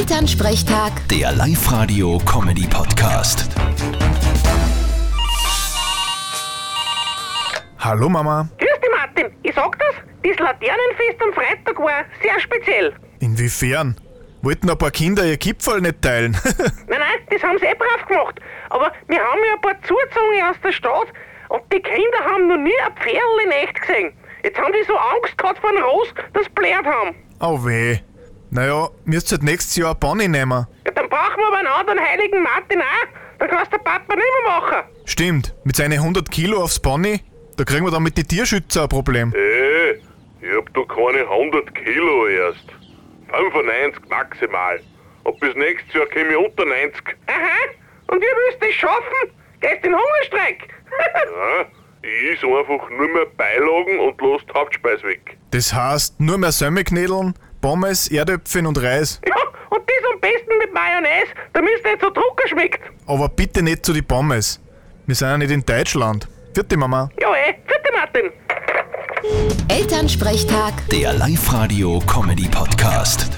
Elternsprechtag, Der Live-Radio-Comedy-Podcast. Hallo Mama. Grüß dich, Martin. Ich sag das, das Laternenfest am Freitag war sehr speziell. Inwiefern? Wollten ein paar Kinder ihr Kipferl nicht teilen? Nein, nein, das haben sie eh brav gemacht. Aber wir haben ja ein paar Zuzungen aus der Stadt und die Kinder haben noch nie ein Pferdl in echt gesehen. Jetzt haben die so Angst gehabt vor einem Ross, dass sie blärt haben. oh weh. Naja, müsst halt nächstes Jahr ein Pony nehmen. Ja, dann brauchen wir aber einen anderen heiligen Martin auch. Dann kannst der Papa nicht mehr machen. Stimmt, mit seinen 100 Kilo aufs Pony, da kriegen wir dann mit den Tierschützer ein Problem. Äh, ich hab da keine 100 Kilo erst. 95 maximal. Und bis nächstes Jahr komme ich unter 90. Aha, und ihr müsst das schaffen. Gehst in Hungerstreik. Ja, Ah, ich is einfach nur mehr Beilagen und lass die Hauptspeise weg. Das heißt, nur mehr Semmelknädeln, Pommes, Erdäpfchen und Reis. ja, und das am besten mit Mayonnaise, damit es nicht so Drucker schmeckt. Aber bitte nicht zu die Pommes. Wir sind ja nicht in Deutschland. Vierte Mama. Ja, eh. Vierte Martin. Elternsprechtag. Der Live-Radio-Comedy-Podcast.